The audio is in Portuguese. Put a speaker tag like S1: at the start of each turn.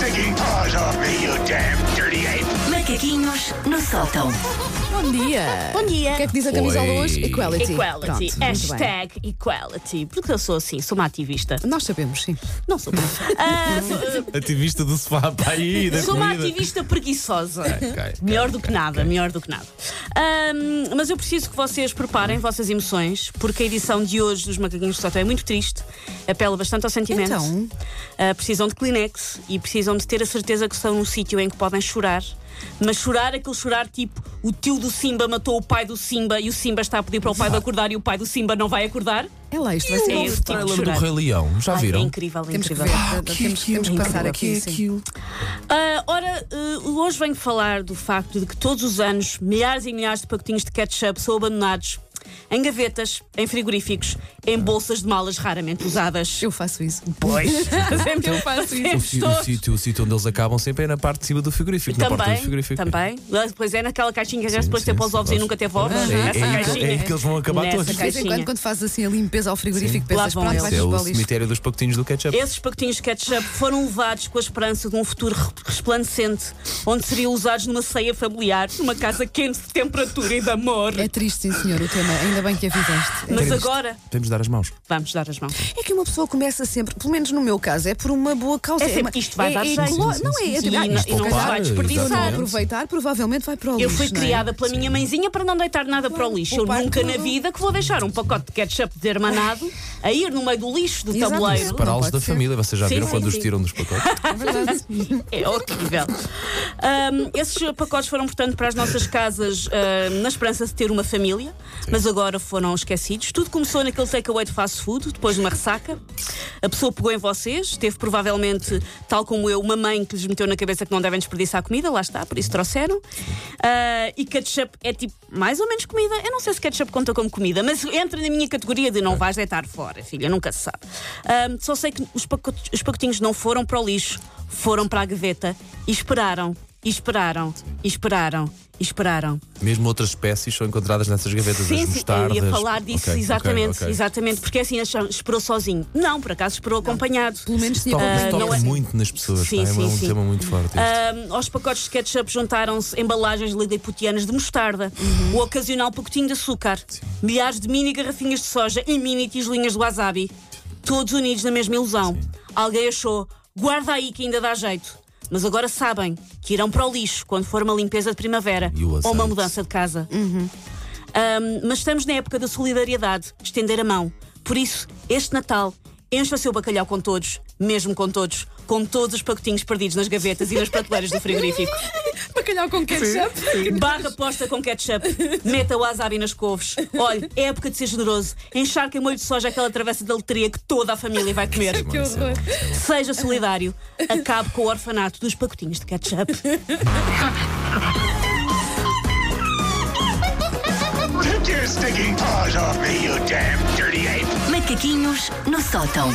S1: taking paws off me, you damn dirty ape!
S2: Macaquinhos no sótão.
S3: Bom dia!
S4: Bom dia.
S3: O que é que diz a camisola
S5: Oi.
S3: hoje? Equality. Pronto,
S4: Equality.
S3: muito bem.
S4: Hashtag equality. Porque eu sou assim, sou uma ativista.
S3: Nós sabemos, sim.
S4: Não sou. Ah, sou, ah,
S5: Ativista do sofá para aí, da
S4: sou uma
S5: comida.
S4: ativista preguiçosa.
S5: ok,
S4: melhor
S5: ok,
S4: do que nada, melhor do que nada. Ahm, mas eu preciso que vocês preparem vossas emoções, porque a edição de hoje dos Macaquinhos de Sotão é muito triste, apela bastante ao sentimento.
S3: Então?
S4: Ah, precisam de Kleenex e precisam de ter a certeza que estão num sítio em que podem chorar. Mas chorar, aquele chorar tipo o tio do Simba matou o pai do Simba e o Simba está a pedir para o pai de acordar e o pai do Simba não vai acordar.
S3: É lá, isto vai ser
S4: É
S3: novo.
S4: esse
S5: O
S4: tipo de
S5: trailer do
S4: chorar.
S5: Rei Leão, já
S4: Ai, é
S5: viram?
S4: incrível, é
S3: Temos que
S4: incrível.
S3: ver. temos, temos que passar aqui. sim.
S4: Ah, ora, eh, hoje venho falar do facto de que todos os anos milhares e milhares de pacotinhos de ketchup são abandonados em gavetas, em frigoríficos, em bolsas de malas raramente usadas.
S3: Eu faço isso.
S4: Pois, sempre
S3: Eu faço isso.
S5: O, si- o sítio, o sítio onde eles acabam sempre é na parte de cima do frigorífico, na porta do
S4: Também,
S5: frigorífico.
S4: também. Depois é naquela caixinha que a gente
S5: Sim,
S4: depois tem
S5: sim,
S4: para os
S5: sim,
S4: ovos e
S5: gosto.
S4: nunca teve ovos.
S5: É, é,
S4: Essa
S5: aí que- é aí
S4: caixinha.
S5: que eles vão acabar
S4: Nessa
S5: todos.
S3: De vez em
S4: Caixinha.
S3: quando, quando fazes assim a limpeza ao frigorífico,
S4: Lá
S3: pensas,
S4: vão
S3: pronto,
S4: eles.
S3: vais
S5: É o
S3: jogar o lixo.
S5: cemitério dos pacotinhos do ketchup.
S4: Esses pacotinhos de ketchup foram levados com a esperança de um futuro re- resplandecente, onde seriam usados numa ceia familiar, numa casa quente de temperatura e de amor.
S3: É triste, sim, senhor, o tema. Ainda bem que aviveste.
S4: Mas
S5: Triste.
S4: agora
S5: Podemos dar as mãos.
S4: vamos dar as mãos.
S3: É que uma pessoa começa sempre, pelo menos no meu caso, é por uma boa causa.
S4: É sempre
S3: uma-
S4: que isto vai
S3: é-
S4: dar
S3: é
S4: jeito.
S3: colo-
S5: Sim, sim,
S3: Não é,
S5: sim,
S3: é
S5: sim.
S3: tipo, ah,
S4: E não,
S3: isto
S4: e não
S3: vai
S4: se
S3: dar
S4: vai
S5: Poupar,
S3: Se eu não
S4: desperdiçar.
S5: exatamente.
S3: aproveitar, provavelmente vai para o lixo.
S4: Eu fui
S3: não é?
S4: criada pela minha mãezinha para não deitar nada para o lixo. Eu
S3: poupar
S4: nunca na
S3: tudo.
S4: vida que vou deixar um pacote de ketchup desmanado a ir no meio do lixo do
S3: Exatamente.
S4: tabuleiro.
S3: Para-
S5: Separá-los
S3: pode
S5: da
S3: ser.
S5: família, vocês já
S4: Sim,
S5: viram
S4: sim,
S5: quando
S4: sim.
S5: os tiram dos pacotes?
S3: É verdade.
S4: É horrível. Ahm, esses pacotes foram, portanto, para as nossas casas ahm, na esperança de ter uma família, mas agora foram esquecidos. Tudo começou naquele takeaway de fast food, depois de uma ressaca. A pessoa pegou em vocês, teve provavelmente, tal como eu, uma mãe que lhes meteu na cabeça que não devem desperdiçar a comida, lá está, por isso trouxeram. Ah, e ketchup é tipo mais ou menos comida. Eu não sei se ketchup conta como comida, mas entra na minha categoria de não vais deitar fora, filha, nunca se sabe. Ahm, só sei que os pacotes- os pacotinhos não foram para o lixo foram para a gaveta e esperaram, e esperaram, e esperaram, e esperaram.
S5: Mesmo outras espécies são encontradas nessas gavetas, as
S4: eu
S5: mostardas.
S4: ia falar disso,
S5: Ok, ok,
S4: exatamente,
S5: ok.
S4: exatamente, porque assim acham- esperou sozinho. Não, por acaso esperou acompanhado.
S3: Pelo menos tinha
S5: Toca,
S3: companhia.
S5: toca
S4: não é-
S5: muito nas pessoas,
S4: Sim,
S5: pá, é
S4: sim,
S5: um
S4: sim.
S5: tema muito forte. este.
S4: Ahm, aos pacotes de ketchup juntaram-se embalagens lidiputianas de mostarda,
S5: Uhum.
S4: o ocasional pacotinho de açúcar, milhares de mini garrafinhas de soja e mini tigelinhas de wasabi, todos unidos na mesma ilusão. Alguém achou, guarda aí que ainda dá jeito. Mas agora sabem que irão para o lixo quando for uma limpeza de primavera
S5: E
S4: ou
S5: o
S4: uma
S5: azeite.
S4: mudança de casa. Ahm, mas estamos na época da solidariedade, estender a mão. Por isso, este Natal, encha o seu bacalhau com todos, mesmo com todos, com todos os pacotinhos perdidos nas gavetas e nas prateleiras do frigorífico.
S3: Bacalhau com ketchup.
S4: Barra posta com ketchup, meta wasabi nas couves. Olha, é época de ser generoso. Encharca em molho de soja aquela travessa da letraria que toda a família vai comer.
S5: Mano, isso é-
S4: Seja solidário, acabe com o orfanato dos pacotinhos de ketchup.
S1: Take your stinking paws off me, you damn dirty ape!
S2: Macaquinhos no sótão.